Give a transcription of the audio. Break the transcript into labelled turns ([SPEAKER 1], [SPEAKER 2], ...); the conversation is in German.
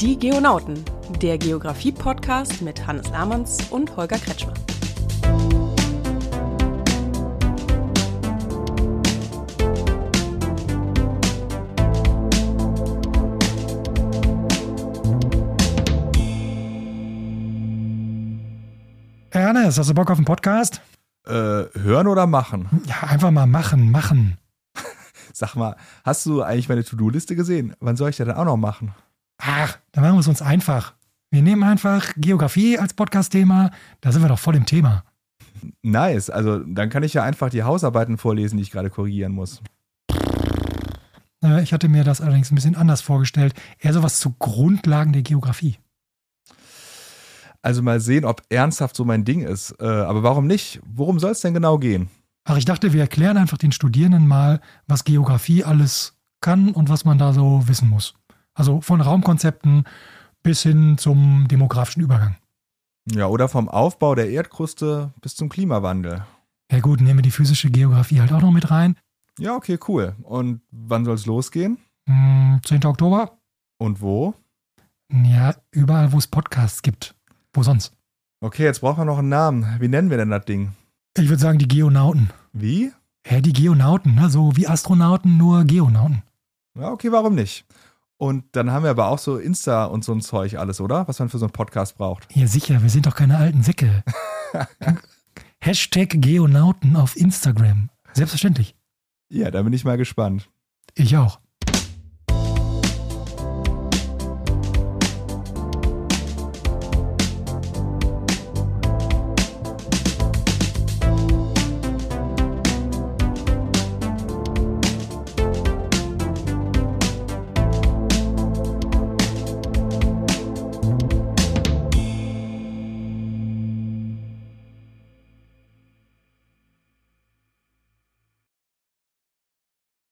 [SPEAKER 1] Die Geonauten, der Geografie-Podcast mit Hannes Lahmanns und Holger Kretschmer.
[SPEAKER 2] Hey Hannes, hast du Bock auf einen Podcast?
[SPEAKER 3] Äh, hören oder machen?
[SPEAKER 2] Ja, einfach mal machen, machen.
[SPEAKER 3] Sag mal, hast du eigentlich meine To-Do-Liste gesehen? Wann soll ich das denn auch noch machen?
[SPEAKER 2] Ach, dann machen wir es uns einfach. Wir nehmen einfach Geografie als Podcast-Thema. Da sind wir doch voll im Thema.
[SPEAKER 3] Nice, also dann kann ich ja einfach die Hausarbeiten vorlesen, die ich gerade korrigieren muss.
[SPEAKER 2] Äh, Ich hatte mir das allerdings ein bisschen anders vorgestellt. Eher sowas zu Grundlagen der Geografie.
[SPEAKER 3] Also mal sehen, ob ernsthaft so mein Ding ist. Äh, aber warum nicht? Worum soll es denn genau gehen?
[SPEAKER 2] Ach, ich dachte, wir erklären einfach den Studierenden mal, was Geografie alles kann und was man da so wissen muss. Also von Raumkonzepten bis hin zum demografischen Übergang.
[SPEAKER 3] Ja, oder vom Aufbau der Erdkruste bis zum Klimawandel.
[SPEAKER 2] Ja gut, nehmen wir die physische Geografie halt auch noch mit rein.
[SPEAKER 3] Ja, okay, cool. Und wann soll es losgehen?
[SPEAKER 2] Hm, 10. Oktober,
[SPEAKER 3] Und wo?
[SPEAKER 2] Ja, überall, wo es Podcasts gibt. Wo sonst?
[SPEAKER 3] Okay, jetzt brauchen wir noch einen Namen. Wie nennen wir denn das Ding?
[SPEAKER 2] Ich würde sagen, die Geonauten.
[SPEAKER 3] Wie?
[SPEAKER 2] Hä, die Geonauten, ne? So wie Astronauten, nur Geonauten.
[SPEAKER 3] Ja, okay, warum nicht? Und dann haben wir aber auch so Insta und so ein Zeug alles, oder? Was man für so einen Podcast braucht.
[SPEAKER 2] Ja, sicher, wir sind doch keine alten Säcke. Hashtag Geonauten auf Instagram. Selbstverständlich.
[SPEAKER 3] Ja, da bin ich mal gespannt.
[SPEAKER 2] Ich auch.